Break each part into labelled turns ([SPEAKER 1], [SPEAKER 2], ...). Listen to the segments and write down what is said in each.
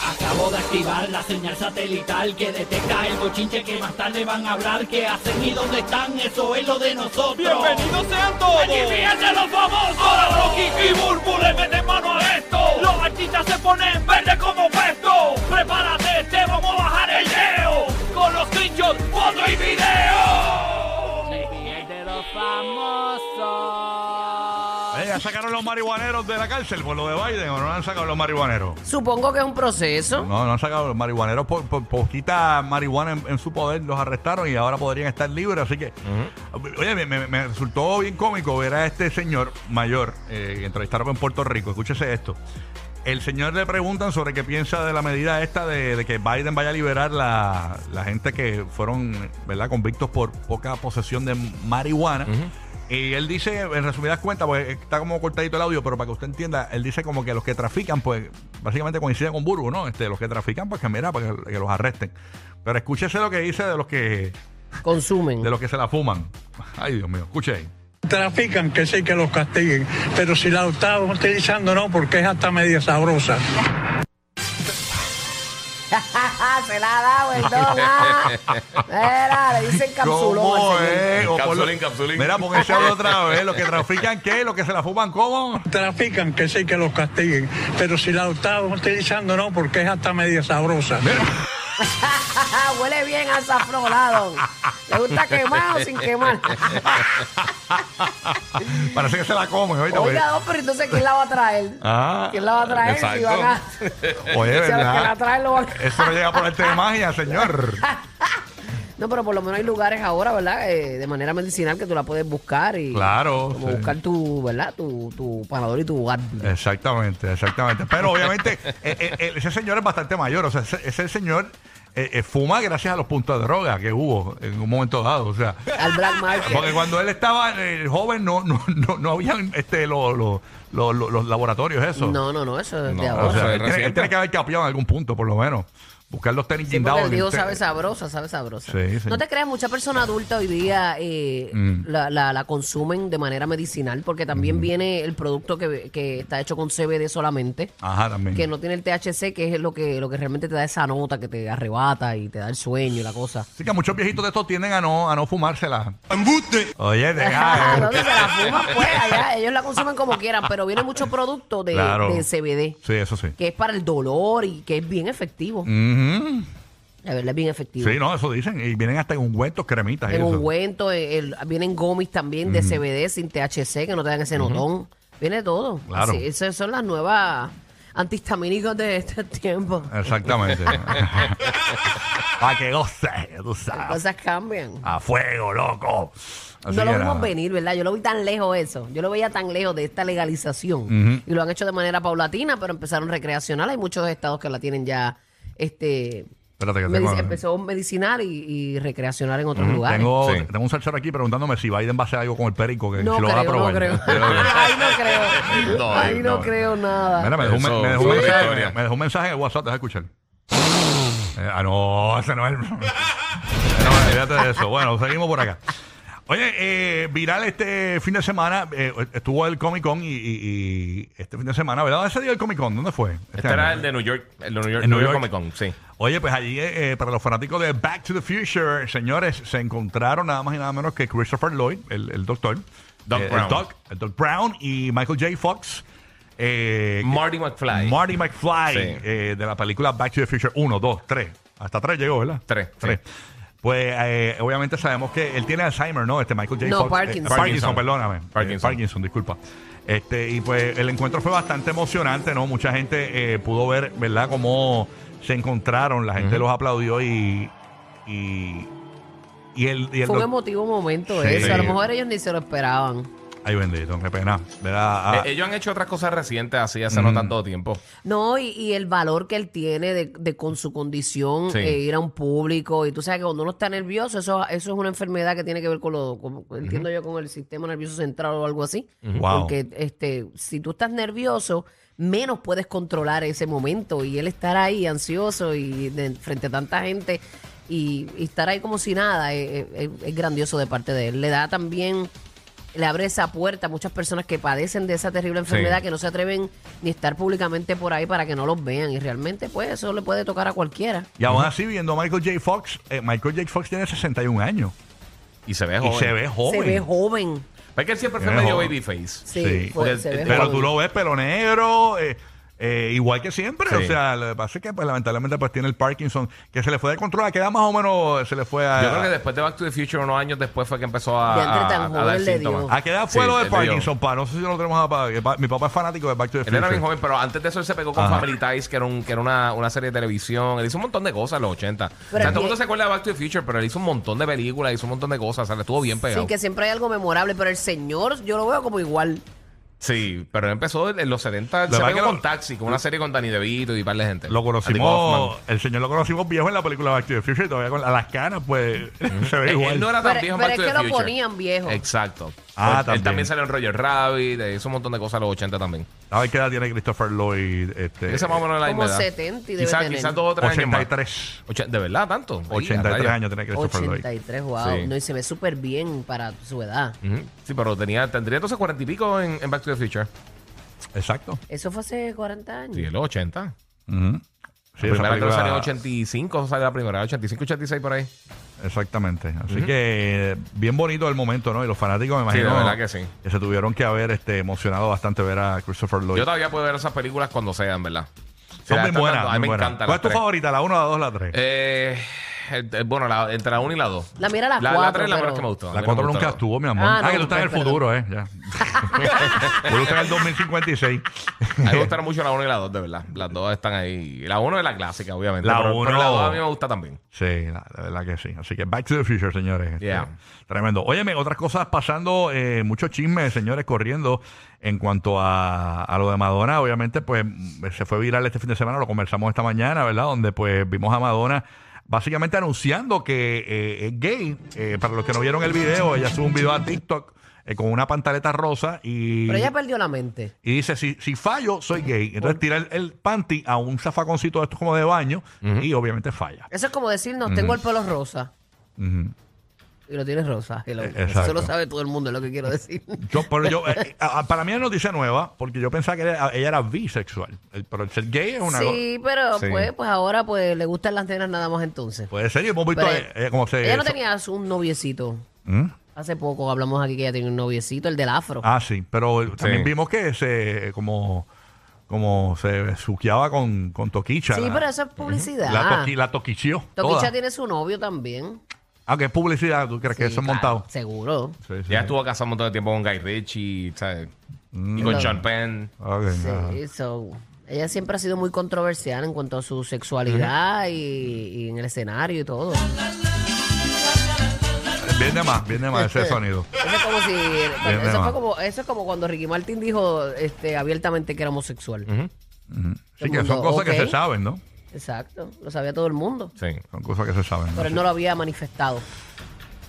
[SPEAKER 1] Acabo de activar la señal satelital que detecta el bochinche que más tarde van a hablar. ¿Qué hacen y dónde están? Eso es lo de nosotros.
[SPEAKER 2] ¡Bienvenidos sean todos!
[SPEAKER 1] ¡Aquí fíjense los famosos!
[SPEAKER 2] Ahora Rocky y Burbu le meten mano a esto.
[SPEAKER 1] Los artistas se ponen verde como pesto. ¡Prepárate, te vamos a bajar el leo! Con los trinchos, foto y video. de los famosos.
[SPEAKER 2] Eh, ya sacaron los marihuaneros de la cárcel por lo de Biden o no han sacado los marihuaneros.
[SPEAKER 3] Supongo que es un proceso.
[SPEAKER 2] No, no han sacado los marihuaneros por, por poquita marihuana en, en su poder, los arrestaron y ahora podrían estar libres. Así que, oye, me, me- me resultó bien cómico ver a este señor mayor eh, que entrevistaron en Puerto Rico. Escúchese esto. El señor le preguntan sobre qué piensa de la medida esta de, de que Biden vaya a liberar la, la gente que fueron ¿verdad? convictos por poca posesión de marihuana. Y él dice, en resumidas cuentas, pues está como cortadito el audio, pero para que usted entienda, él dice como que los que trafican, pues básicamente coincide con Burbu, ¿no? Este, los que trafican, pues que mira, para que, que los arresten. Pero escúchese lo que dice de los que,
[SPEAKER 3] Consumen.
[SPEAKER 2] de los que se la fuman. Ay, Dios mío, escuche ahí.
[SPEAKER 4] trafican, que sí que los castiguen, pero si la estaban utilizando no, porque es hasta media sabrosa.
[SPEAKER 3] Ah, se la ha dado el don. ah. Mira, le dicen capsulón.
[SPEAKER 2] ¿Cómo
[SPEAKER 3] al señor.
[SPEAKER 2] es? O por lo-
[SPEAKER 5] Capsulín, capsulín.
[SPEAKER 2] Mira, pónganse otra vez. ¿Los que trafican qué? ¿Los que se la fuman cómo?
[SPEAKER 4] Trafican, que sí que los castiguen, pero si la estaban utilizando no, porque es hasta media sabrosa.
[SPEAKER 3] Ah, huele bien a zafrolado. Le gusta quemado o sin quemar.
[SPEAKER 2] Parece que se la comen ahorita. porque-
[SPEAKER 3] Oiga, dos, pero entonces ¿quién la va a traer?
[SPEAKER 2] Ah.
[SPEAKER 3] ¿Quién la va a traer? Si van a,
[SPEAKER 2] Oye,
[SPEAKER 3] si a los que la
[SPEAKER 2] ¿verdad?
[SPEAKER 3] traen lo van a-
[SPEAKER 2] Eso no llega por arte de magia, señor.
[SPEAKER 3] No, pero por lo menos hay lugares ahora, ¿verdad? Eh, de manera medicinal que tú la puedes buscar y
[SPEAKER 2] Claro,
[SPEAKER 3] como
[SPEAKER 2] sí.
[SPEAKER 3] buscar tu, ¿verdad? Tu, tu panador y tu Advil.
[SPEAKER 2] Exactamente, exactamente. Pero obviamente eh, eh, eh, ese señor es bastante mayor. O sea, ese, ese señor eh, eh, fuma gracias a los puntos de droga que hubo en un momento dado. O sea,
[SPEAKER 3] Al Black Market.
[SPEAKER 2] porque cuando él estaba eh, joven no, no, no, no habían este, los los- los- los- los laboratorios eso.
[SPEAKER 3] No, no, no, eso es de
[SPEAKER 5] No,
[SPEAKER 3] ahora.
[SPEAKER 2] O sea,
[SPEAKER 5] Eso
[SPEAKER 2] él,
[SPEAKER 5] es
[SPEAKER 2] tiene, él
[SPEAKER 5] reciente.
[SPEAKER 2] tiene que haber capeado en algún punto, por lo menos. Buscar los tenis
[SPEAKER 3] Sí, porque
[SPEAKER 2] guindados.
[SPEAKER 3] el
[SPEAKER 2] que
[SPEAKER 3] Diego
[SPEAKER 2] usted-
[SPEAKER 3] sabe sabrosa, sabe sabrosa.
[SPEAKER 2] Sí, Mm. sí.
[SPEAKER 3] No te creas, mucha persona adulta hoy día eh, la, la- la consumen de manera medicinal porque también viene el producto que, que está hecho con CBD solamente,
[SPEAKER 2] Ajá, también.
[SPEAKER 3] que no tiene el THC, que es lo que, lo que realmente te da esa nota que te arrebata y te da el sueño y la cosa.
[SPEAKER 2] Así que muchos viejitos de estos tienden a no, a no fumársela. Oye, deja, eh.
[SPEAKER 3] ¿Dónde se la fuman? Pues allá, ellos la consumen como quieran, pero viene mucho producto de,
[SPEAKER 2] Claro.
[SPEAKER 3] de CBD,
[SPEAKER 2] Sí, eso sí.
[SPEAKER 3] que es para el dolor y que es bien efectivo.
[SPEAKER 2] Ujú.
[SPEAKER 3] La verdad es bien efectivo.
[SPEAKER 2] Sí, no, eso dicen. Y vienen hasta en ungüentos, cremitas. y
[SPEAKER 3] En
[SPEAKER 2] eso.
[SPEAKER 3] ungüento, eh, el- el- vienen gomis también de CBD sin THC que no te dan ese notón. Viene todo.
[SPEAKER 2] Claro.
[SPEAKER 3] Así, esas son las nuevas antihistamínicos de este tiempo.
[SPEAKER 2] Ah, Exactamente. Para que goce, tú
[SPEAKER 3] Las
[SPEAKER 2] sabes.
[SPEAKER 3] cosas cambian.
[SPEAKER 2] A fuego, loco. ah. Así
[SPEAKER 3] no lo
[SPEAKER 2] que
[SPEAKER 3] vimos
[SPEAKER 2] nada.
[SPEAKER 3] venir, ¿verdad? Yo lo vi tan lejos eso. Yo lo veía tan lejos de esta legalización. Y lo han hecho de manera paulatina, pero empezaron recreacional. Hay muchos estados que la tienen ya, este...
[SPEAKER 2] Espérate que
[SPEAKER 3] medic-
[SPEAKER 2] tengo-
[SPEAKER 3] empezó medicinal y, y recreacional en otros lugares.
[SPEAKER 2] Tengo,
[SPEAKER 5] Sí.
[SPEAKER 2] tengo un salsero aquí preguntándome si Biden va a hacer algo con el perico, que
[SPEAKER 3] No
[SPEAKER 2] si lo
[SPEAKER 3] creo,
[SPEAKER 2] van a
[SPEAKER 3] no
[SPEAKER 2] probar.
[SPEAKER 3] creo. Ay, no creo.
[SPEAKER 5] No,
[SPEAKER 3] Ay, no,
[SPEAKER 2] no.
[SPEAKER 3] creo nada.
[SPEAKER 2] Mira, me dejó, un men-
[SPEAKER 5] Eso
[SPEAKER 2] me dejó un
[SPEAKER 5] fue otra
[SPEAKER 2] mensaje,
[SPEAKER 5] historia.
[SPEAKER 2] me dejó un mensaje en el WhatsApp, deja escuchar. Eh, ah, no, ese no es el. no, olvídate de eso. Bueno, seguimos por acá. Oye, eh, viral este fin de semana, eh, estuvo el Comic Con y, y- y este fin de semana, ¿verdad? ¿Ese día el Comic Con? ¿Dónde fue? Este
[SPEAKER 5] Este
[SPEAKER 2] año.
[SPEAKER 5] era el de New York, el de New York,
[SPEAKER 2] En
[SPEAKER 5] New
[SPEAKER 2] New
[SPEAKER 5] York
[SPEAKER 2] York.
[SPEAKER 5] Comic Con, sí.
[SPEAKER 2] Oye, pues allí, eh, para los fanáticos de Back to the Future, señores, se encontraron nada más y nada menos que Christopher Lloyd, el, el doctor.
[SPEAKER 5] Doc
[SPEAKER 2] eh, El
[SPEAKER 5] Brown.
[SPEAKER 2] Doc, el Doc Brown y Michael J. Fox. Eh,
[SPEAKER 5] Marty McFly.
[SPEAKER 2] Marty McFly,
[SPEAKER 5] Sí.
[SPEAKER 2] eh, de la película Back to the Future 1, 2, 3. Hasta 3 llegó, ¿verdad?
[SPEAKER 5] Tres,
[SPEAKER 2] 3. Pues eh, obviamente sabemos que él tiene Alzheimer, ¿no? Este Michael J.
[SPEAKER 3] No,
[SPEAKER 2] Fox. Eh,
[SPEAKER 3] Parkinson.
[SPEAKER 2] Parkinson, perdóname. Eh,
[SPEAKER 5] Parkinson.
[SPEAKER 2] Parkinson, disculpa. Este, y pues el encuentro fue bastante emocionante, ¿no? Mucha gente eh, pudo ver, ¿verdad?, cómo se encontraron, la gente los aplaudió y. y y el, y el
[SPEAKER 3] Fue un
[SPEAKER 2] doc-
[SPEAKER 3] emotivo momento
[SPEAKER 2] Sí.
[SPEAKER 3] eso. A lo mejor ellos ni se lo esperaban.
[SPEAKER 2] Ay, bendito, qué pena. Ah, Ver a- a-
[SPEAKER 5] Eh, ellos han hecho otras cosas recientes así hace
[SPEAKER 2] Mm.
[SPEAKER 5] no tanto tiempo.
[SPEAKER 3] No, y, y el valor que él tiene de, de con su condición
[SPEAKER 5] Sí.
[SPEAKER 3] eh, ir a un público. Y tú sabes que cuando uno está nervioso, eso, eso es una enfermedad que tiene que ver con lo, con- entiendo yo, con el sistema nervioso central o algo así.
[SPEAKER 2] Wow.
[SPEAKER 3] Porque este, si tú estás nervioso, menos puedes controlar ese momento. Y él estar ahí ansioso y de- frente a tanta gente y, y estar ahí como si nada eh, eh, es, grandioso de parte de él. Le da también, le abre esa puerta a muchas personas que padecen de esa terrible enfermedad que no se atreven ni estar públicamente por ahí para que no los vean. Y realmente, pues, eso le puede tocar a cualquiera.
[SPEAKER 2] Y aún así, viendo a Michael J. Fox, eh, Michael J. Fox tiene 61 años.
[SPEAKER 5] Y se ve
[SPEAKER 2] Y
[SPEAKER 5] joven.
[SPEAKER 2] se ve joven.
[SPEAKER 3] Se ve joven.
[SPEAKER 5] Porque él siempre fue
[SPEAKER 2] Se ve
[SPEAKER 5] medio
[SPEAKER 2] joven.
[SPEAKER 5] babyface.
[SPEAKER 3] Sí,
[SPEAKER 2] Sí. eh,
[SPEAKER 3] fue-
[SPEAKER 5] Porque-
[SPEAKER 3] se ve
[SPEAKER 2] Pero
[SPEAKER 3] joven.
[SPEAKER 2] tú lo ves pelo negro, eh, eh, igual que siempre.
[SPEAKER 5] Sí.
[SPEAKER 2] O sea, lo que pasa es que pues, lamentablemente pues, tiene el Parkinson, que se le fue de control, a qué edad más o menos se le fue a...
[SPEAKER 5] Yo creo que después de Back to the Future, unos años después fue que empezó a,
[SPEAKER 3] De entre tan
[SPEAKER 5] a- a
[SPEAKER 3] joven
[SPEAKER 5] dar
[SPEAKER 3] le
[SPEAKER 5] síntomas.
[SPEAKER 3] dio.
[SPEAKER 2] ¿A qué edad fue
[SPEAKER 5] Sí,
[SPEAKER 2] lo de
[SPEAKER 5] él le dio.
[SPEAKER 2] Parkinson? Pa? No sé si lo tenemos a pa- que pa- Mi papá es fanático de Back to the
[SPEAKER 5] Él
[SPEAKER 2] Future.
[SPEAKER 5] era bien joven, pero antes de eso él se pegó con
[SPEAKER 2] Ajá.
[SPEAKER 5] Family Ties, que era, un- que era una, una serie de televisión. Él hizo un montón de cosas en los 80.
[SPEAKER 3] Pero
[SPEAKER 5] o sea,
[SPEAKER 3] es
[SPEAKER 5] todo el
[SPEAKER 3] que-
[SPEAKER 5] mundo se acuerda de Back to the Future, pero él hizo un montón de películas, hizo un montón de cosas. O sea, le estuvo bien pegado.
[SPEAKER 3] Sí,
[SPEAKER 5] Sí,
[SPEAKER 3] que siempre hay algo memorable, pero el señor yo lo veo como igual.
[SPEAKER 5] pero él empezó en en los 70.
[SPEAKER 2] La
[SPEAKER 5] se
[SPEAKER 2] verdad
[SPEAKER 5] pegó
[SPEAKER 2] que
[SPEAKER 5] con
[SPEAKER 2] lo-
[SPEAKER 5] Taxi, con una serie con Danny DeVito y un par de gente.
[SPEAKER 2] Lo
[SPEAKER 5] Andy Kaufman.
[SPEAKER 2] conocimos, el señor lo conocimos viejo en la película Back to the Future y todavía con la- las canas, pues se ve
[SPEAKER 5] Él-
[SPEAKER 2] igual.
[SPEAKER 5] Él no era tan
[SPEAKER 3] Pero-
[SPEAKER 5] viejo en
[SPEAKER 3] pero
[SPEAKER 5] Back
[SPEAKER 3] es
[SPEAKER 5] to
[SPEAKER 3] que
[SPEAKER 5] the
[SPEAKER 3] lo
[SPEAKER 5] Future.
[SPEAKER 3] ponían viejo.
[SPEAKER 5] Exacto.
[SPEAKER 2] Ah,
[SPEAKER 5] Él-
[SPEAKER 2] también.
[SPEAKER 5] Él también salió en Roger Rabbit, eh, hizo un montón de cosas en los 80 también.
[SPEAKER 2] ¿Sabes qué edad tiene Christopher Lloyd? Este,
[SPEAKER 5] Ese más o menos es la
[SPEAKER 3] Como
[SPEAKER 5] misma edad.
[SPEAKER 3] 70 y debe
[SPEAKER 5] Quizás
[SPEAKER 3] tener.
[SPEAKER 5] quizás dos o tres años más.
[SPEAKER 2] 83.
[SPEAKER 5] Ocha- ¿De verdad tanto? Ahí, a
[SPEAKER 2] 83
[SPEAKER 5] rayos.
[SPEAKER 2] años tiene Christopher Lloyd.
[SPEAKER 3] 83, wow.
[SPEAKER 5] Sí.
[SPEAKER 3] No, y se ve súper bien para su edad.
[SPEAKER 5] Ujú. Sí, pero tenía, tendría entonces cuarenta y pico en, en Back to the Future.
[SPEAKER 3] Mm.
[SPEAKER 2] Exacto.
[SPEAKER 3] Eso fue hace 40 años.
[SPEAKER 5] Sí, en los 80.
[SPEAKER 2] Ujú. Sí,
[SPEAKER 5] Sí, la
[SPEAKER 2] esa
[SPEAKER 5] primera película...
[SPEAKER 2] película-
[SPEAKER 5] salió en 85, salió la primera, 85, 86 por ahí. Sí,
[SPEAKER 2] Exactamente. Así que eh, bien bonito el momento, ¿no? Y los fanáticos me imagino
[SPEAKER 5] la verdad que sí.
[SPEAKER 2] que se tuvieron que haber este, emocionado bastante ver a Christopher Lloyd.
[SPEAKER 5] Yo todavía puedo ver esas películas cuando sean, ¿verdad?
[SPEAKER 2] Son
[SPEAKER 5] Sí,
[SPEAKER 2] bien
[SPEAKER 5] la-
[SPEAKER 2] buenas.
[SPEAKER 5] A mí
[SPEAKER 2] bien
[SPEAKER 5] me
[SPEAKER 2] buenas.
[SPEAKER 5] encantan
[SPEAKER 2] ¿Cuál
[SPEAKER 5] las
[SPEAKER 2] es tu
[SPEAKER 5] tres.
[SPEAKER 2] favorita? ¿La 1, la 2, la 3?
[SPEAKER 5] Eh, eh, bueno, la- entre la 1 y la 2.
[SPEAKER 3] La mía era la
[SPEAKER 5] La
[SPEAKER 3] cuatro,
[SPEAKER 5] 3 es la
[SPEAKER 3] pero-
[SPEAKER 5] menos que me gustó.
[SPEAKER 2] la 4 nunca estuvo, mi amor.
[SPEAKER 3] Ah,
[SPEAKER 2] Ah,
[SPEAKER 3] no,
[SPEAKER 2] que tú estás en el
[SPEAKER 3] perdón.
[SPEAKER 2] futuro, ¿eh? Ya. Tú estás en el 2056.
[SPEAKER 5] A mí me gustaron mucho la 1 y la 2, de verdad. Las dos están ahí. La 1 es la clásica, obviamente.
[SPEAKER 2] La
[SPEAKER 5] pero, pero la
[SPEAKER 2] uno-
[SPEAKER 5] 2 a mí me gusta también.
[SPEAKER 2] Sí, la, la verdad que sí. Así que Back to the Future, señores. Este,
[SPEAKER 5] Yeah.
[SPEAKER 2] Tremendo. Óyeme, otras cosas pasando, eh, muchos chismes, señores, corriendo en cuanto a, a lo de Madonna. Obviamente, pues mm, se fue viral este fin de semana, lo conversamos esta mañana, ¿verdad? Donde pues vimos a Madonna básicamente anunciando que eh, es gay. Eh, para los que no vieron el video, ella subió un video a TikTok eh, con una pantaleta rosa y...
[SPEAKER 3] Pero ella perdió la mente.
[SPEAKER 2] Y dice, si, si fallo, soy gay. Entonces tira el, el panty a un zafaconcito de estos como de baño y obviamente falla.
[SPEAKER 3] Eso es como decir, no, tengo el pelo rosa.
[SPEAKER 2] Ujú.
[SPEAKER 3] Y lo tienes rosa. hello.
[SPEAKER 2] Eh, exacto.
[SPEAKER 3] Eso lo sabe todo el mundo, es lo que quiero decir.
[SPEAKER 2] Yo, pero yo, eh, a- a- para mí es noticia nueva, porque yo pensaba que era- ella era bisexual. El- Pero el ser gay es una
[SPEAKER 3] sí, pero
[SPEAKER 5] Sí.
[SPEAKER 3] Pues, pues ahora pues le gustan las nenas nada más entonces.
[SPEAKER 2] Puede ser, y hemos visto
[SPEAKER 3] Pero
[SPEAKER 2] Pues, eh, eh, como se.
[SPEAKER 3] ella no
[SPEAKER 2] so-
[SPEAKER 3] tenía su- un noviecito.
[SPEAKER 2] ¿Mm?
[SPEAKER 3] Hace poco hablamos aquí que ella tenía un noviecito, el del afro.
[SPEAKER 2] Ah, sí, pero el- también
[SPEAKER 5] Sí.
[SPEAKER 2] vimos que se como, como se suqueaba con, con Toquicha.
[SPEAKER 3] sí,
[SPEAKER 2] la,
[SPEAKER 3] pero eso es publicidad.
[SPEAKER 2] la, toqui, la toquichió
[SPEAKER 3] Toquicha
[SPEAKER 2] toda.
[SPEAKER 3] tiene su novio también.
[SPEAKER 2] Ah, que es publicidad, ¿tú crees que
[SPEAKER 3] Sí,
[SPEAKER 2] eso es
[SPEAKER 3] claro,
[SPEAKER 2] montado?
[SPEAKER 3] Seguro.
[SPEAKER 2] Sí, sí.
[SPEAKER 5] Ya estuvo casado un montón de tiempo con Guy Ritchie, ¿sabes? Y
[SPEAKER 2] Mm.
[SPEAKER 5] con John Penn.
[SPEAKER 2] Ok, ajá.
[SPEAKER 3] Sí, so, ella siempre ha sido muy controversial en cuanto a su sexualidad y, y en el escenario y todo.
[SPEAKER 2] Viene más, viene más ese sonido.
[SPEAKER 3] Eso es como si-
[SPEAKER 2] Bien,
[SPEAKER 3] eso
[SPEAKER 2] mamá.
[SPEAKER 3] fue como, eso es como cuando Ricky Martin dijo este, abiertamente que era homosexual.
[SPEAKER 2] Sí, que son cosas que
[SPEAKER 3] Ok.
[SPEAKER 2] se saben, ¿no?
[SPEAKER 3] Exacto, lo sabía todo el mundo,
[SPEAKER 5] Sí.
[SPEAKER 2] Son cosas que se saben. ¿no?
[SPEAKER 3] pero él no lo había manifestado.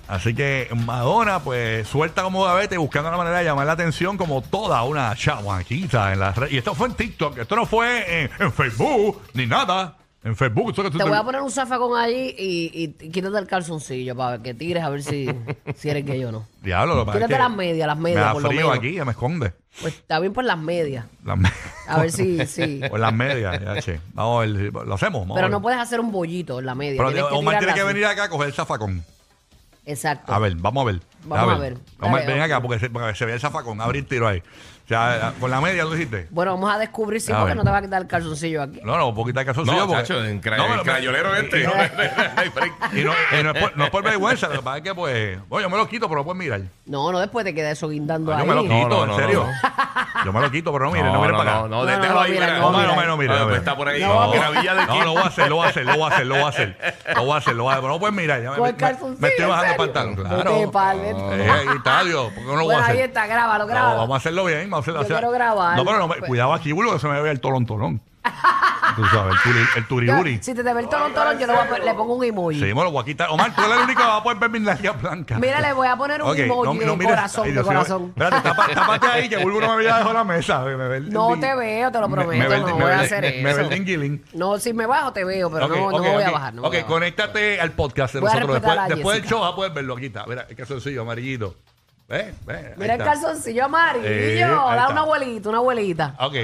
[SPEAKER 2] Así que Madonna, pues suelta como gavete buscando la manera de llamar la atención como toda una chamaquita en las redes. Y esto fue en TikTok, esto no fue en, en Facebook ni nada. En Facebook, eso que tú
[SPEAKER 3] Te voy a poner un zafacón allí y, y- y quítate el calzoncillo para que tires a ver si, si eres gay o no.
[SPEAKER 2] Diablo, lo que pasa es
[SPEAKER 3] Tírate
[SPEAKER 2] que
[SPEAKER 3] las medias, las
[SPEAKER 2] Me
[SPEAKER 3] medias,
[SPEAKER 2] da
[SPEAKER 3] por lo
[SPEAKER 2] frío
[SPEAKER 3] menos.
[SPEAKER 2] aquí, ya me esconde.
[SPEAKER 3] Pues está bien por las medias.
[SPEAKER 2] Las me-
[SPEAKER 3] A ver si, si.
[SPEAKER 2] o las medias, ya, che. Vamos a ver, si- lo hacemos. vamos a
[SPEAKER 3] Pero
[SPEAKER 2] ver.
[SPEAKER 3] no puedes hacer un bollito en la media.
[SPEAKER 2] Pero
[SPEAKER 3] tienes que
[SPEAKER 2] Omar tiene
[SPEAKER 3] tirarla
[SPEAKER 2] que
[SPEAKER 3] así.
[SPEAKER 2] venir acá a coger el zafacón.
[SPEAKER 3] Exacto.
[SPEAKER 2] A ver, vamos a ver.
[SPEAKER 3] Vamos a ver.
[SPEAKER 2] Omar,
[SPEAKER 3] Dale,
[SPEAKER 2] ven
[SPEAKER 3] ok.
[SPEAKER 2] acá porque se, porque se ve el zafacón. Abre el tiro ahí. sea, eh, con la media lo dijiste.
[SPEAKER 3] Bueno, vamos a descubrir si
[SPEAKER 2] A
[SPEAKER 3] porque
[SPEAKER 2] ver.
[SPEAKER 3] no te va a quedar el calzoncillo aquí.
[SPEAKER 2] Ah, No, no, poquita calzoncillo.
[SPEAKER 5] No,
[SPEAKER 2] porque-
[SPEAKER 5] chacho, en cra-
[SPEAKER 2] No,
[SPEAKER 5] el
[SPEAKER 2] pero-
[SPEAKER 5] crayolero este.
[SPEAKER 2] Y
[SPEAKER 5] No,
[SPEAKER 2] no,
[SPEAKER 5] hay break.
[SPEAKER 2] y no- y no es por, no es por vergüenza, lo que pasa es que, pues, oye, yo me lo quito, pero lo puedes mirar.
[SPEAKER 3] No, no, después te queda eso guindando
[SPEAKER 2] Ah,
[SPEAKER 3] ahí.
[SPEAKER 2] yo me lo quito,
[SPEAKER 5] no,
[SPEAKER 2] en
[SPEAKER 5] no,
[SPEAKER 2] serio.
[SPEAKER 5] no.
[SPEAKER 2] Yo me lo quito, pero no mire, no, mire para acá. No,
[SPEAKER 5] No, no,
[SPEAKER 3] No, no,
[SPEAKER 5] déjalo
[SPEAKER 3] no,
[SPEAKER 5] ahí.
[SPEAKER 3] mira,
[SPEAKER 5] mira,
[SPEAKER 3] no,
[SPEAKER 5] mira.
[SPEAKER 3] mira.
[SPEAKER 2] no, no, mira,
[SPEAKER 5] Ah,
[SPEAKER 2] no,
[SPEAKER 5] pues
[SPEAKER 2] mira.
[SPEAKER 5] Está por ahí.
[SPEAKER 3] No,
[SPEAKER 5] No, gravilla de
[SPEAKER 2] No, lo voy a hacer, lo voy a hacer, lo voy a hacer, lo voy a hacer. Lo voy a hacer, lo voy a hacer. Pero no puedes mirar. ya me-
[SPEAKER 3] Con
[SPEAKER 2] me,
[SPEAKER 3] el calzoncillo.
[SPEAKER 2] me estoy
[SPEAKER 3] ¿en
[SPEAKER 2] bajando el
[SPEAKER 3] serio?
[SPEAKER 2] pantalón.
[SPEAKER 3] Vete
[SPEAKER 2] Claro.
[SPEAKER 3] pa'l- vete.
[SPEAKER 2] Eh, ahí está, Dios. ¿Por qué no lo voy a
[SPEAKER 3] Bueno,
[SPEAKER 2] hacer?
[SPEAKER 3] ahí está, grábalo,
[SPEAKER 2] No,
[SPEAKER 3] grábalo.
[SPEAKER 2] vamos a hacerlo bien, vamos a hacerlo
[SPEAKER 3] Yo quiero grabar.
[SPEAKER 2] No, pero no, me-
[SPEAKER 3] Pues-
[SPEAKER 2] cuidado aquí, Bulo, que se me vea el tolón tolón. Tú sabes, el, turi, el
[SPEAKER 3] Yo-
[SPEAKER 2] turiburi.
[SPEAKER 3] si te, te ve el tolón tolón, yo le, voy a pon- le pongo un emoji.
[SPEAKER 2] Seguimos los guaquitas. Omar, tú eres el único que va a poder ver mi nalga blanca.
[SPEAKER 3] Mira, le voy a poner un
[SPEAKER 2] Ok,
[SPEAKER 3] emoji de
[SPEAKER 2] mires-
[SPEAKER 3] corazón,
[SPEAKER 2] ay,
[SPEAKER 3] de
[SPEAKER 2] Dios mío.
[SPEAKER 3] corazón.
[SPEAKER 2] Espérate, tapa- tápate ahí, que Bulbo no me vea debajo de la mesa. Me- me ve el-
[SPEAKER 3] No
[SPEAKER 2] el-
[SPEAKER 3] te veo, te lo
[SPEAKER 2] me-
[SPEAKER 3] prometo,
[SPEAKER 2] ve el-
[SPEAKER 3] no
[SPEAKER 2] me
[SPEAKER 3] voy
[SPEAKER 2] ve
[SPEAKER 3] a
[SPEAKER 2] el-
[SPEAKER 3] hacer
[SPEAKER 2] me- Me ve el
[SPEAKER 3] eso.
[SPEAKER 2] dinguilín.
[SPEAKER 3] No, si me bajo te veo, pero
[SPEAKER 2] Ok,
[SPEAKER 3] no, no
[SPEAKER 2] ok,
[SPEAKER 3] me voy a
[SPEAKER 2] ok.
[SPEAKER 3] bajar. No me
[SPEAKER 2] ok,
[SPEAKER 3] voy a bajar.
[SPEAKER 2] conéctate al podcast de
[SPEAKER 3] Voy a
[SPEAKER 2] nosotros.
[SPEAKER 3] respetar
[SPEAKER 2] Después,
[SPEAKER 3] a
[SPEAKER 2] después del
[SPEAKER 3] Jessica.
[SPEAKER 2] show vas a poder verlo. Aquí está, mira, el calzoncillo amarillito. ¿Ves? ¿Ves? Ahí
[SPEAKER 3] Mira el
[SPEAKER 2] está.
[SPEAKER 3] calzoncillo amarillo.
[SPEAKER 2] Eh, ahí
[SPEAKER 3] da
[SPEAKER 2] está.
[SPEAKER 3] una abuelita, una abuelita.
[SPEAKER 2] Ok.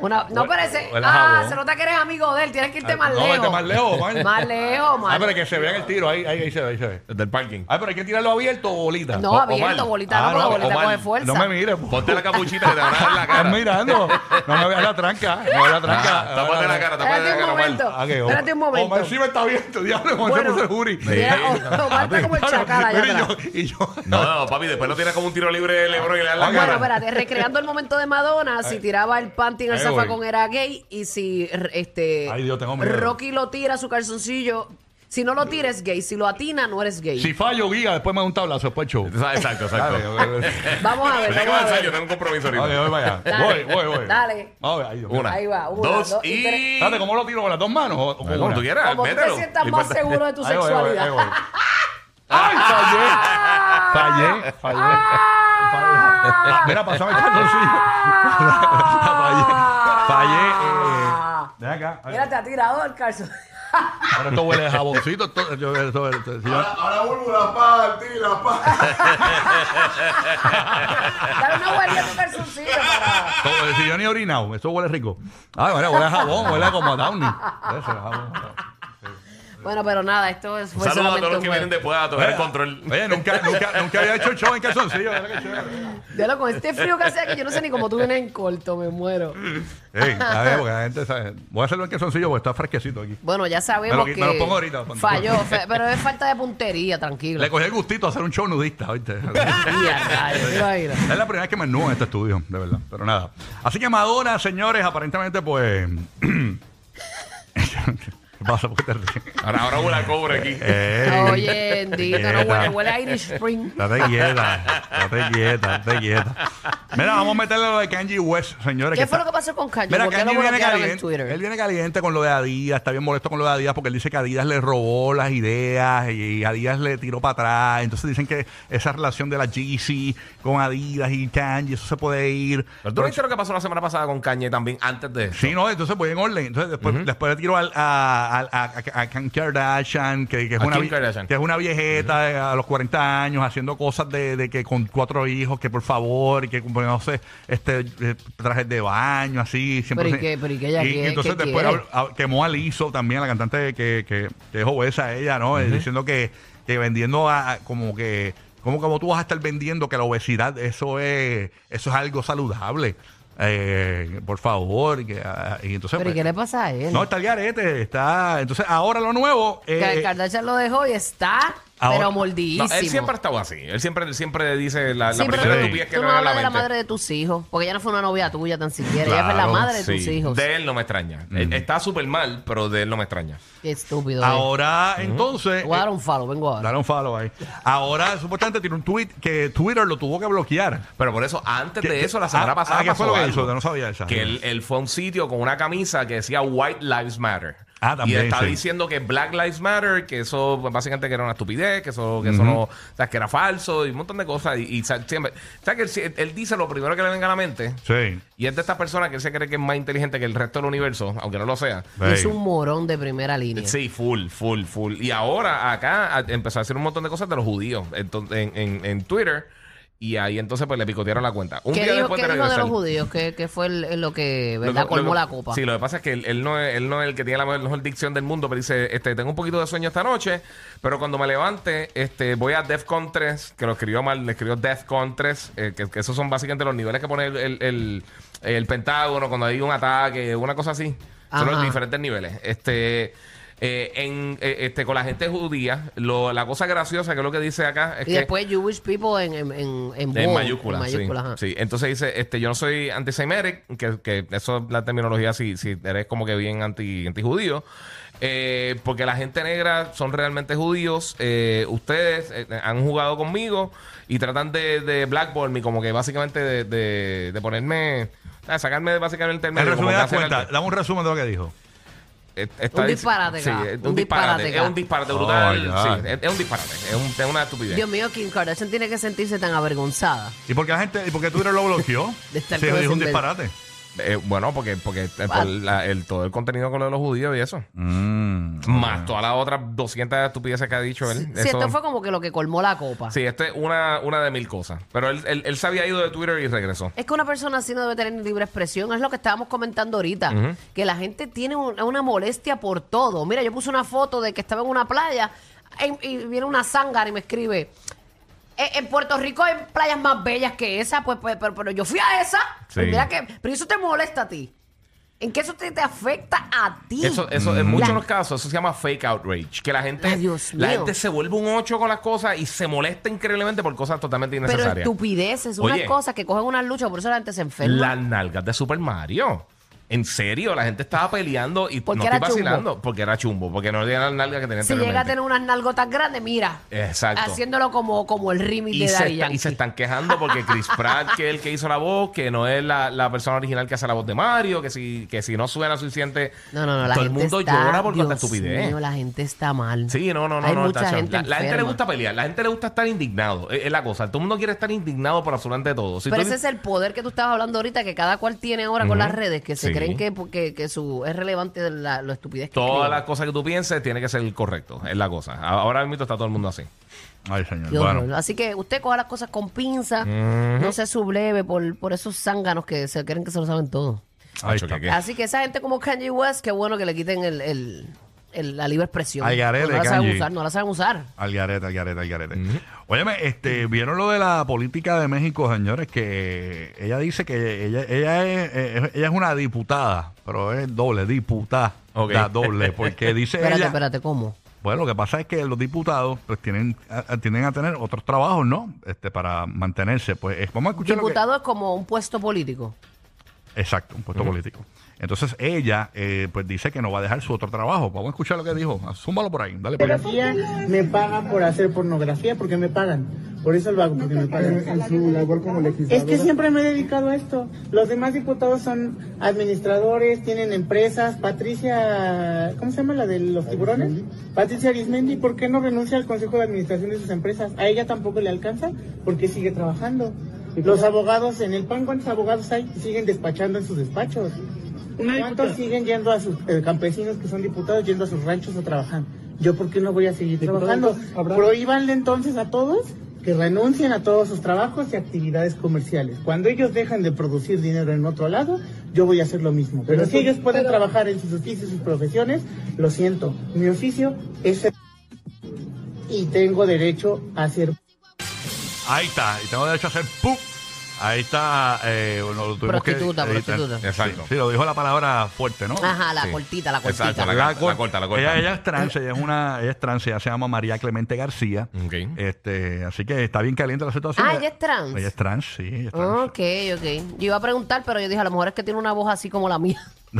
[SPEAKER 3] Una, no
[SPEAKER 2] Huele-
[SPEAKER 3] parece.
[SPEAKER 2] huele a
[SPEAKER 3] Ah,
[SPEAKER 2] jabón.
[SPEAKER 3] se nota que eres amigo de él. Tienes que irte
[SPEAKER 2] Ah,
[SPEAKER 3] más
[SPEAKER 2] no,
[SPEAKER 3] lejos.
[SPEAKER 2] vete más lejos, man.
[SPEAKER 3] Más lejos, más
[SPEAKER 2] Ah, pero que se vean el tiro. Ahí, ahí, ahí se ve, ahí se ve.
[SPEAKER 5] Desde el parking.
[SPEAKER 2] Ay, pero hay que tirarlo abierto o bolita.
[SPEAKER 3] No,
[SPEAKER 5] O-
[SPEAKER 3] abierto,
[SPEAKER 5] Omar.
[SPEAKER 3] bolita, no,
[SPEAKER 2] Ah,
[SPEAKER 3] porque
[SPEAKER 2] no,
[SPEAKER 3] la bolita
[SPEAKER 5] Omar,
[SPEAKER 3] coge fuerza.
[SPEAKER 2] No me mires. po.
[SPEAKER 5] Ponte la capuchita que te van a dar en la cara.
[SPEAKER 2] Estás mirando. No me veas la tranca. No veas la tranca.
[SPEAKER 5] Ah, Tápate la cara, tápate
[SPEAKER 3] Espérate
[SPEAKER 5] la
[SPEAKER 3] un
[SPEAKER 5] cara. Omar.
[SPEAKER 3] momento.
[SPEAKER 2] Ah, ok, Omar.
[SPEAKER 3] Espérate un momento.
[SPEAKER 2] Omar sí me está viendo. Diablo, Omar
[SPEAKER 3] Bueno.
[SPEAKER 2] se puso el jury.
[SPEAKER 3] Mira, o- Omar está como el chacal allá
[SPEAKER 2] Mira, y
[SPEAKER 3] atrás.
[SPEAKER 2] yo- y yo-
[SPEAKER 5] No, no, papi, después no tienes como un tiro libre de Lebron y le das la
[SPEAKER 3] Bueno,
[SPEAKER 5] cara.
[SPEAKER 3] espérate, recreando el momento de Madonna, si tiraba el panty en el
[SPEAKER 2] Ahí
[SPEAKER 3] zafacón
[SPEAKER 2] voy.
[SPEAKER 3] era gay y si r- este
[SPEAKER 2] Ay, Dios, tengo miedo.
[SPEAKER 3] Rocky lo tira su calzoncillo, si no lo tires gay, si lo atina no eres gay.
[SPEAKER 2] Si fallo, guía, después me da un tablazo, después show.
[SPEAKER 5] Tú sabes, Exacto,
[SPEAKER 2] Dale,
[SPEAKER 5] exacto.
[SPEAKER 2] dale, dale.
[SPEAKER 3] Vamos a
[SPEAKER 5] Me
[SPEAKER 3] ver,
[SPEAKER 5] tengo que
[SPEAKER 3] vamos a
[SPEAKER 5] avanzar, yo
[SPEAKER 3] ver.
[SPEAKER 5] tengo un compromiso
[SPEAKER 2] Ok,
[SPEAKER 5] ahorita.
[SPEAKER 2] voy para allá.
[SPEAKER 3] Dale.
[SPEAKER 2] Voy, voy, voy.
[SPEAKER 3] Dale.
[SPEAKER 2] A ver, ay, Dios mío.
[SPEAKER 5] Una,
[SPEAKER 3] Ahí va, una,
[SPEAKER 5] dos
[SPEAKER 3] dos y tres.
[SPEAKER 5] y...
[SPEAKER 2] Espérate, ¿cómo lo tiro? ¿Con las dos manos? o- o con
[SPEAKER 5] Dale, Como
[SPEAKER 2] una?
[SPEAKER 5] tú quieras,
[SPEAKER 3] Como tú te
[SPEAKER 5] mételo.
[SPEAKER 3] sientas
[SPEAKER 5] No
[SPEAKER 3] más
[SPEAKER 5] importa.
[SPEAKER 3] seguro de tu
[SPEAKER 2] Ahí voy, ahí voy, ahí
[SPEAKER 3] sexualidad. Ah.
[SPEAKER 2] voy. ¡Ay, fallé! Fallé, fallé. fallé. Mira, pasame el calzoncillo. fallé. Fallé. Eh, ven acá. Ay,
[SPEAKER 3] Mira, te ha tirado el calzón.
[SPEAKER 2] Ahora esto huele a jaboncito. Esto, yo, esto, esto, si yo-
[SPEAKER 6] Ahora vuelvo la paz, tío, la paz.
[SPEAKER 3] Dale una vuelta a tu calzoncillo para.
[SPEAKER 2] todo- si yo ni he orinado, esto huele rico. Ah, mira, huele a jabón, huele como a Downy. Ese jabón.
[SPEAKER 3] Bueno, pero nada, esto es fue
[SPEAKER 5] Saludos a todos
[SPEAKER 3] solamente
[SPEAKER 5] los
[SPEAKER 3] un
[SPEAKER 5] que
[SPEAKER 3] juego.
[SPEAKER 5] vienen después a tocar el control.
[SPEAKER 2] Oye, nunca, nunca, nunca había hecho show en calzoncillo. mira qué chévere.
[SPEAKER 3] Diablo, con este frío que hace aquí, yo no sé ni cómo tú vienes en corto, me muero.
[SPEAKER 2] Ey, a ver, porque la gente sabe. Voy a hacerlo en calzoncillo porque está fresquecito aquí.
[SPEAKER 3] Bueno, ya sabemos
[SPEAKER 2] Me lo-
[SPEAKER 3] que
[SPEAKER 2] me lo pongo ahorita, Pantú.
[SPEAKER 3] falló, fe- pero es falta de puntería, tranquilo.
[SPEAKER 2] Le cogí el gustito a hacer un show nudista, ¿oíste?
[SPEAKER 3] Y a rayos, mira, mira.
[SPEAKER 2] Es la primera vez que me nudo en este estudio, de verdad. Pero nada. Así que Madonna, señores, aparentemente, pues. ¿Qué pasa? ¿Por qué te ríes?
[SPEAKER 5] Ahora, ahora huele a cobre aquí.
[SPEAKER 2] Ey,
[SPEAKER 3] Oye, bendito, no huele, huele a Irish Spring.
[SPEAKER 2] Date quieta, date quieta, date quieta. Mira, vamos a meterle lo de Kanji West, señores.
[SPEAKER 3] ¿Qué
[SPEAKER 2] que
[SPEAKER 3] fue
[SPEAKER 2] está-
[SPEAKER 3] lo que pasó con Kanye?
[SPEAKER 2] Mira,
[SPEAKER 3] ¿Por qué lo
[SPEAKER 2] Kanye viene
[SPEAKER 3] bloquearon en
[SPEAKER 2] caliente.
[SPEAKER 3] Twitter?
[SPEAKER 2] Él viene caliente con lo de Adidas, está bien molesto con lo de Adidas porque él dice que Adidas le robó las ideas y, y Adidas le tiró para atrás. Entonces dicen que esa relación de la GC con Adidas y Kanye, eso se puede ir.
[SPEAKER 5] Pero tú no viste lo que pasó la semana pasada con Kanye también antes de eso.
[SPEAKER 2] Sí, no, entonces voy en orden. Entonces después, después le tiro al, a, a, a, a Kim Kardashian, que, que es
[SPEAKER 5] A
[SPEAKER 2] una,
[SPEAKER 5] Kim
[SPEAKER 2] vie-
[SPEAKER 5] Kardashian.
[SPEAKER 2] que es una viejeta de- a los 40 años haciendo cosas de, de que con cuatro hijos, que por favor, y que bueno, no sé, este, eh, trajes de baño, así. Siempre
[SPEAKER 3] Pero ¿y
[SPEAKER 2] se-
[SPEAKER 3] qué- pero ¿y qué ella quiere-
[SPEAKER 2] entonces
[SPEAKER 3] qué
[SPEAKER 2] después
[SPEAKER 3] quiere?
[SPEAKER 2] habl- a- quemó a Lizzo también, la cantante que, que, que es obesa ella, ¿no? Eh, Diciendo que, que vendiendo a, a- como que... Como, como tú vas a estar vendiendo que la obesidad, eso es, eso es algo saludable. Eh, por favor. que, ah, y entonces,
[SPEAKER 3] ¿Pero ¿y
[SPEAKER 2] pues,
[SPEAKER 3] qué le pasa a él?
[SPEAKER 2] no, está el garete, está... Entonces, ahora lo nuevo... eh, Ah,
[SPEAKER 3] que el Kardashian lo dejó y está,
[SPEAKER 2] ahora-
[SPEAKER 3] pero
[SPEAKER 5] No,
[SPEAKER 3] moldidísimo.
[SPEAKER 5] él siempre ha estado así. Él siempre, siempre dice la, la
[SPEAKER 3] Sí, pero
[SPEAKER 5] primera
[SPEAKER 2] tú-
[SPEAKER 5] estupidez que
[SPEAKER 3] Tú no
[SPEAKER 5] haga
[SPEAKER 3] hablas de
[SPEAKER 5] la
[SPEAKER 3] la
[SPEAKER 5] mente.
[SPEAKER 3] madre de tus hijos, porque ella no fue una novia tuya tan siquiera. ella fue la
[SPEAKER 2] Claro,
[SPEAKER 3] madre de
[SPEAKER 5] Sí,
[SPEAKER 3] tus hijos.
[SPEAKER 5] De él no me extraña. Eh, Está súper mal, pero de él no me extraña.
[SPEAKER 3] Qué estúpido. eh.
[SPEAKER 2] ahora, entonces...
[SPEAKER 3] Te voy a dar
[SPEAKER 2] eh,
[SPEAKER 3] un follow, vengo ahora.
[SPEAKER 2] dale un follow ahí. Ahora, supuestamente, tiene un tweet que Twitter lo tuvo que bloquear.
[SPEAKER 5] Pero por eso, antes
[SPEAKER 2] ¿Qué-
[SPEAKER 5] de
[SPEAKER 2] qué-
[SPEAKER 5] eso, la semana
[SPEAKER 2] ah,
[SPEAKER 5] pasada
[SPEAKER 2] ah, ¿qué fue
[SPEAKER 5] pasó
[SPEAKER 2] lo que
[SPEAKER 5] algo.
[SPEAKER 2] hizo? No sabía esa.
[SPEAKER 5] Que él, él fue a un sitio con una camisa que decía White Lives Matter.
[SPEAKER 2] Ah,
[SPEAKER 5] Y
[SPEAKER 2] también,
[SPEAKER 5] está
[SPEAKER 2] sí.
[SPEAKER 5] diciendo que Black Lives Matter, que eso pues, básicamente que era una estupidez, que eso, que eso no, o sea, que era falso y un montón de cosas. Y, y sa- siempre, o sea, que él, si- él dice lo primero que le venga a la mente.
[SPEAKER 2] Sí.
[SPEAKER 5] Y es de estas personas que él se cree que es más inteligente que el resto del universo, aunque no lo sea.
[SPEAKER 3] Y Es
[SPEAKER 2] Ey.
[SPEAKER 3] un morón de primera línea.
[SPEAKER 5] Sí, full, full, full. Y ahora acá a- empezó a hacer un montón de cosas de los judíos entonces, en, en- en Twitter. Y ahí entonces pues le picotearon la cuenta. Un
[SPEAKER 3] ¿Qué
[SPEAKER 5] día
[SPEAKER 3] dijo,
[SPEAKER 5] después
[SPEAKER 3] qué
[SPEAKER 5] de
[SPEAKER 3] dijo de
[SPEAKER 5] regresar.
[SPEAKER 3] los judíos? Que, que fue el- el lo que,
[SPEAKER 5] Lo que-
[SPEAKER 3] ¿verdad?
[SPEAKER 5] lo
[SPEAKER 3] Colmó
[SPEAKER 5] que-
[SPEAKER 3] la copa.
[SPEAKER 5] Sí, lo que pasa es que él, él no es, él no es el que tiene la mejor, mejor dicción del mundo, pero dice, este, tengo un poquito de sueño esta noche, pero cuando me levante, este, voy a DEFCON 3, que lo escribió mal, le escribió DEFCON 3, eh, que, que esos son básicamente los niveles que pone el, el- el- el Pentágono cuando hay un ataque, una cosa así. Son los
[SPEAKER 3] Ajá.
[SPEAKER 5] diferentes niveles. Este... eh, en, eh, este, con la gente judía, lo- la cosa graciosa que es lo que dice acá es
[SPEAKER 3] y
[SPEAKER 5] que
[SPEAKER 3] después Jewish People en, en, en, en
[SPEAKER 5] en
[SPEAKER 3] bold,
[SPEAKER 5] mayúsculas,
[SPEAKER 3] en mayúsculas,
[SPEAKER 5] sí,
[SPEAKER 3] ajá.
[SPEAKER 5] Sí. Entonces dice, este, yo no soy antisemitic, que, que eso es la terminología si, si eres como que bien anti, antijudío, eh, porque la gente negra son realmente judíos, eh, ustedes eh, han jugado conmigo y tratan de, de blackball me, como que básicamente de, de, de ponerme, ah, sacarme de básicamente el
[SPEAKER 2] En
[SPEAKER 5] medio. como que
[SPEAKER 2] resumidas
[SPEAKER 5] hacer
[SPEAKER 2] cuentas,
[SPEAKER 5] algo.
[SPEAKER 2] dame un resumen de lo que dijo.
[SPEAKER 5] Eh, está
[SPEAKER 3] Un
[SPEAKER 5] dic-
[SPEAKER 3] disparate,
[SPEAKER 5] sí,
[SPEAKER 3] ca.
[SPEAKER 5] es un,
[SPEAKER 3] Un
[SPEAKER 5] disparate,
[SPEAKER 3] disparate,
[SPEAKER 5] es
[SPEAKER 3] ca.
[SPEAKER 5] un disparate
[SPEAKER 2] Oh,
[SPEAKER 5] brutal,
[SPEAKER 2] ya.
[SPEAKER 5] sí, es, es un disparate, es, un- es una estupidez.
[SPEAKER 3] Dios mío, Kim Kardashian tiene que sentirse tan avergonzada.
[SPEAKER 2] ¿Y por qué la gente, y por qué Twitter lo bloqueó?
[SPEAKER 3] De estar
[SPEAKER 2] Se
[SPEAKER 3] con
[SPEAKER 2] dijo un
[SPEAKER 3] ese
[SPEAKER 2] disparate.
[SPEAKER 5] Eh, bueno, porque, porque eh, por
[SPEAKER 3] Ah.
[SPEAKER 5] la- el, todo el contenido con lo de los judíos y eso.
[SPEAKER 2] Mm.
[SPEAKER 5] Más todas las otras 200 estupideces que ha dicho él.
[SPEAKER 3] Si
[SPEAKER 5] Eso-
[SPEAKER 3] esto fue como que lo que colmó la copa.
[SPEAKER 5] Sí, esto es una, una de mil cosas. Pero él, él, él se había ido de Twitter y regresó.
[SPEAKER 3] Es que una persona así no debe tener libre expresión. Es lo que estábamos comentando ahorita. Que la gente tiene un- una molestia por todo. Mira, yo puse una foto de que estaba en una playa en- y viene una zángara y me escribe. "Eh, En Puerto Rico hay playas más bellas que esa, pues, pues, pero, pero yo fui a esa. Pues
[SPEAKER 5] Sí.
[SPEAKER 3] Mira que, pero eso te molesta a ti. ¿En qué eso te, te afecta a ti?
[SPEAKER 5] Eso, eso en muchos
[SPEAKER 3] La-
[SPEAKER 5] de los casos, eso se llama fake outrage. Que la gente,
[SPEAKER 3] Ay, Dios
[SPEAKER 5] la
[SPEAKER 3] mío.
[SPEAKER 5] gente se vuelve un ocho con las cosas y se molesta increíblemente por cosas totalmente
[SPEAKER 3] pero
[SPEAKER 5] innecesarias.
[SPEAKER 3] estupideces, unas
[SPEAKER 5] Oye.
[SPEAKER 3] cosas que cogen unas luchas, por eso la gente se enferma.
[SPEAKER 5] Las nalgas de Super Mario. En serio, la gente estaba peleando y
[SPEAKER 3] Porque
[SPEAKER 5] no
[SPEAKER 3] era
[SPEAKER 5] estoy vacilando
[SPEAKER 3] chumbo.
[SPEAKER 5] porque era chumbo, porque no tenía las nalgas que tenía
[SPEAKER 3] si llega a
[SPEAKER 5] anteriormente.
[SPEAKER 3] tener unas nalgotas grandes, mira.
[SPEAKER 5] Exacto.
[SPEAKER 3] Haciéndolo como, como el remix
[SPEAKER 5] y
[SPEAKER 3] de
[SPEAKER 5] se,
[SPEAKER 3] Daddy
[SPEAKER 5] está- y
[SPEAKER 3] Yankee.
[SPEAKER 5] se están quejando porque Chris Pratt, que es el que hizo la voz, que no es la, la persona original que hace la voz de Mario, que si, que si no suena suficiente,
[SPEAKER 3] No, no, no. La
[SPEAKER 5] todo el
[SPEAKER 3] gente
[SPEAKER 5] mundo
[SPEAKER 3] está,
[SPEAKER 5] llora por tanta
[SPEAKER 3] Dios
[SPEAKER 5] estupidez.
[SPEAKER 3] mío, la gente está mal.
[SPEAKER 5] Sí, no, no, no.
[SPEAKER 3] Hay
[SPEAKER 5] no,
[SPEAKER 3] mucha
[SPEAKER 5] tacho.
[SPEAKER 3] gente
[SPEAKER 5] la, la gente le
[SPEAKER 3] enferma.
[SPEAKER 5] gusta pelear, la gente le gusta estar indignado. Es, es la cosa. Todo el mundo quiere estar indignado por absolutamente todo. Si
[SPEAKER 3] Pero
[SPEAKER 5] tú-
[SPEAKER 3] ese es el poder que tú estabas hablando ahorita, que cada cual tiene ahora con
[SPEAKER 5] Ujú.
[SPEAKER 3] las redes, que se
[SPEAKER 5] Sí.
[SPEAKER 3] creen que, que, que su, es relevante la, lo estupidez que
[SPEAKER 5] Todas
[SPEAKER 3] escriben.
[SPEAKER 5] las cosas que tú pienses tiene que ser el correcto. Es la cosa. A- Ahora mismo está todo el mundo así.
[SPEAKER 2] Ay, señor.
[SPEAKER 3] Dios
[SPEAKER 2] bueno.
[SPEAKER 3] mío. Así que usted coja las cosas con pinza, no se subleve por, por esos zánganos que se creen que se lo saben todo.
[SPEAKER 2] Ahí
[SPEAKER 5] Tacho,
[SPEAKER 2] está.
[SPEAKER 5] que- que-
[SPEAKER 3] Así que esa gente como Kanye West, qué bueno que le quiten el, el- el- la libre expresión.
[SPEAKER 2] Al garete,
[SPEAKER 3] Porque no la saben
[SPEAKER 2] Kanye.
[SPEAKER 3] usar, no la saben usar.
[SPEAKER 2] Al garete, al garete, al garete. Óyeme, este, ¿vieron lo de la política de México, señores? Que ella dice que ella, ella, es, eh, ella es una diputada, pero es doble, diputada.
[SPEAKER 5] Ok.
[SPEAKER 2] La doble, porque dice
[SPEAKER 3] Espérate,
[SPEAKER 2] ella...
[SPEAKER 3] espérate, ¿cómo?
[SPEAKER 2] Bueno, lo que pasa es que los diputados pues tienen a, a- tienden a tener otros trabajos, ¿no? Este, para mantenerse. Pues eh, vamos a escuchar lo que-
[SPEAKER 3] Diputado es como un puesto político.
[SPEAKER 2] Exacto, un puesto político. Entonces ella eh, pues dice que no va a dejar su otro trabajo. Vamos a escuchar lo que dijo. Ah, Zúmbalo por ahí. Dale. play.
[SPEAKER 7] me pagan por hacer pornografía porque me pagan. Por eso lo hago, porque me pagan. Es que siempre me he dedicado a esto. Los demás diputados son administradores, tienen empresas. Patricia, ¿cómo se llama la de los tiburones? Patricia Arismendi, ¿por qué no renuncia al consejo de administración de sus empresas? A ella tampoco le alcanza porque sigue trabajando. Los abogados en el PAN, ¿cuántos abogados hay? Siguen despachando en sus despachos. ¿Cuántos siguen yendo a sus eh, campesinos que son diputados, yendo a sus ranchos a trabajar? Yo, ¿por qué no voy a seguir trabajando? Prohíbanle entonces a todos que renuncien a todos sus trabajos y actividades comerciales. Cuando ellos dejan de producir dinero en otro lado, yo voy a hacer lo mismo. Pero, si ellos pueden trabajar en sus oficios y sus profesiones, lo siento. Mi oficio es ser y tengo derecho a hacer
[SPEAKER 2] Ahí está. Y tengo derecho a hacer ¡pum! Ahí está. Eh, bueno, lo tuvimos que
[SPEAKER 3] Prostituta,
[SPEAKER 2] editar.
[SPEAKER 3] prostituta.
[SPEAKER 5] Exacto.
[SPEAKER 2] Sí, sí, lo dijo la palabra fuerte, ¿no?
[SPEAKER 3] Ajá, la
[SPEAKER 5] Sí.
[SPEAKER 3] cortita, la cortita.
[SPEAKER 5] Exacto, la,
[SPEAKER 2] La
[SPEAKER 5] corta,
[SPEAKER 2] cor-
[SPEAKER 5] la corta, la corta.
[SPEAKER 2] Ella, ella es trans, ella es una, ella es trans, ella se llama María Clemente García.
[SPEAKER 5] Ok.
[SPEAKER 2] Este, así que está bien caliente la situación.
[SPEAKER 3] Ah, ella es trans.
[SPEAKER 2] Ella es trans, sí, ella es trans.
[SPEAKER 3] Ok, ok. Yo iba a preguntar, pero yo dije, a lo mejor es que tiene una voz así como la mía.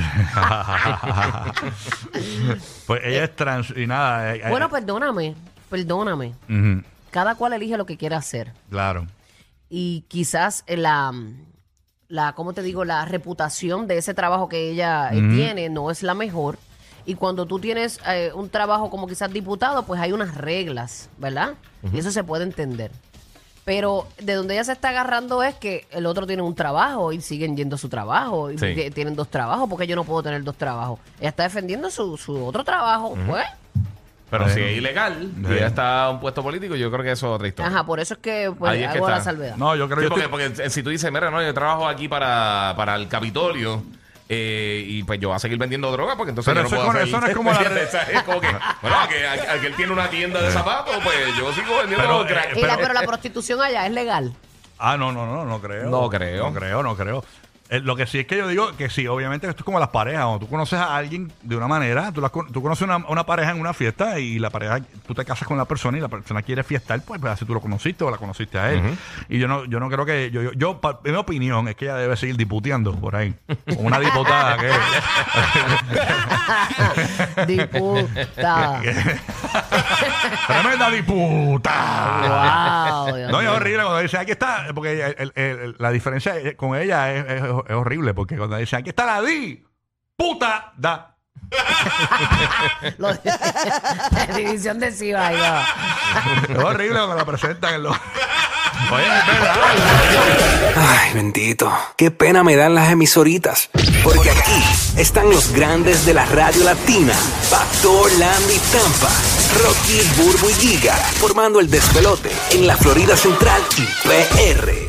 [SPEAKER 2] pues ella es trans y nada. eh, eh,
[SPEAKER 3] Bueno, pues- perdóname, perdóname.
[SPEAKER 2] ujú,
[SPEAKER 3] Cada cual elige lo que quiere hacer.
[SPEAKER 2] claro.
[SPEAKER 3] Y quizás eh, la, la ¿cómo te digo? La reputación de ese trabajo que ella eh, tiene no es la mejor. Y cuando tú tienes eh, un trabajo como quizás diputado, pues hay unas reglas, ¿verdad? Y eso se puede entender. Pero de donde ella se está agarrando es que el otro tiene un trabajo y siguen yendo a su trabajo. Y
[SPEAKER 5] Sí.
[SPEAKER 3] que tienen dos trabajos, porque yo no puedo tener dos trabajos. Ella está defendiendo su, su otro trabajo, pues.
[SPEAKER 5] Pero
[SPEAKER 2] Ajá.
[SPEAKER 5] si es ilegal, y
[SPEAKER 2] Sí.
[SPEAKER 5] ya está un puesto político, yo creo que eso es otra historia.
[SPEAKER 3] Ajá, por eso es que pues,
[SPEAKER 5] Ahí es que
[SPEAKER 3] hago la
[SPEAKER 5] está.
[SPEAKER 3] salvedad.
[SPEAKER 2] No, yo
[SPEAKER 5] Sí,
[SPEAKER 2] creo que.
[SPEAKER 5] porque,
[SPEAKER 2] estoy-
[SPEAKER 5] porque si tú dices, mira, no, yo trabajo aquí para, para el Capitolio. eh, y pues yo voy a seguir vendiendo droga porque entonces
[SPEAKER 2] Pero eso
[SPEAKER 5] yo no
[SPEAKER 2] es con-
[SPEAKER 5] puedo hacer-
[SPEAKER 2] eso no es como la- Eh.
[SPEAKER 5] ¿Entiendes? O sea, es como que bueno a que, a- a que él tiene una tienda de zapatos pues yo sigo vendiendo
[SPEAKER 2] Pero, eh,
[SPEAKER 5] crack.
[SPEAKER 3] Y la-
[SPEAKER 2] pero-
[SPEAKER 3] pero la prostitución allá es legal.
[SPEAKER 2] Ah, no, no, no, no creo.
[SPEAKER 5] No creo.
[SPEAKER 2] No creo, no creo. Eh, lo que sí es que yo digo que sí, obviamente esto es como las parejas. Cuando tú conoces a alguien de una manera, tú, las con- tú conoces una, una pareja en una fiesta y la pareja, tú te casas con la persona y la persona quiere fiestar, pues, pues, así tú lo conociste o la conociste a él. Y yo no, yo no creo que, yo, yo, yo, pa- mi opinión es que ella debe seguir diputeando por ahí. Como una diputada que...
[SPEAKER 3] Diputa.
[SPEAKER 2] Tremenda diputada.
[SPEAKER 3] wow. Dios
[SPEAKER 2] No, es
[SPEAKER 3] mío.
[SPEAKER 2] horrible cuando dice, aquí está, porque el- el- el- la diferencia eh, con ella es, es- es horrible, porque cuando dice, aquí está la di, puta, da.
[SPEAKER 3] Lo de- la división de Ciba. ahí va.
[SPEAKER 2] Es horrible cuando la presentan en los...
[SPEAKER 5] Oye, es verdad.
[SPEAKER 8] Ay, bendito. Qué pena me dan las emisoritas. Porque aquí están los grandes de la radio latina. Pastor Landy Tampa, Rocky, Burbu y Giga, formando el despelote en la Florida Central y PR.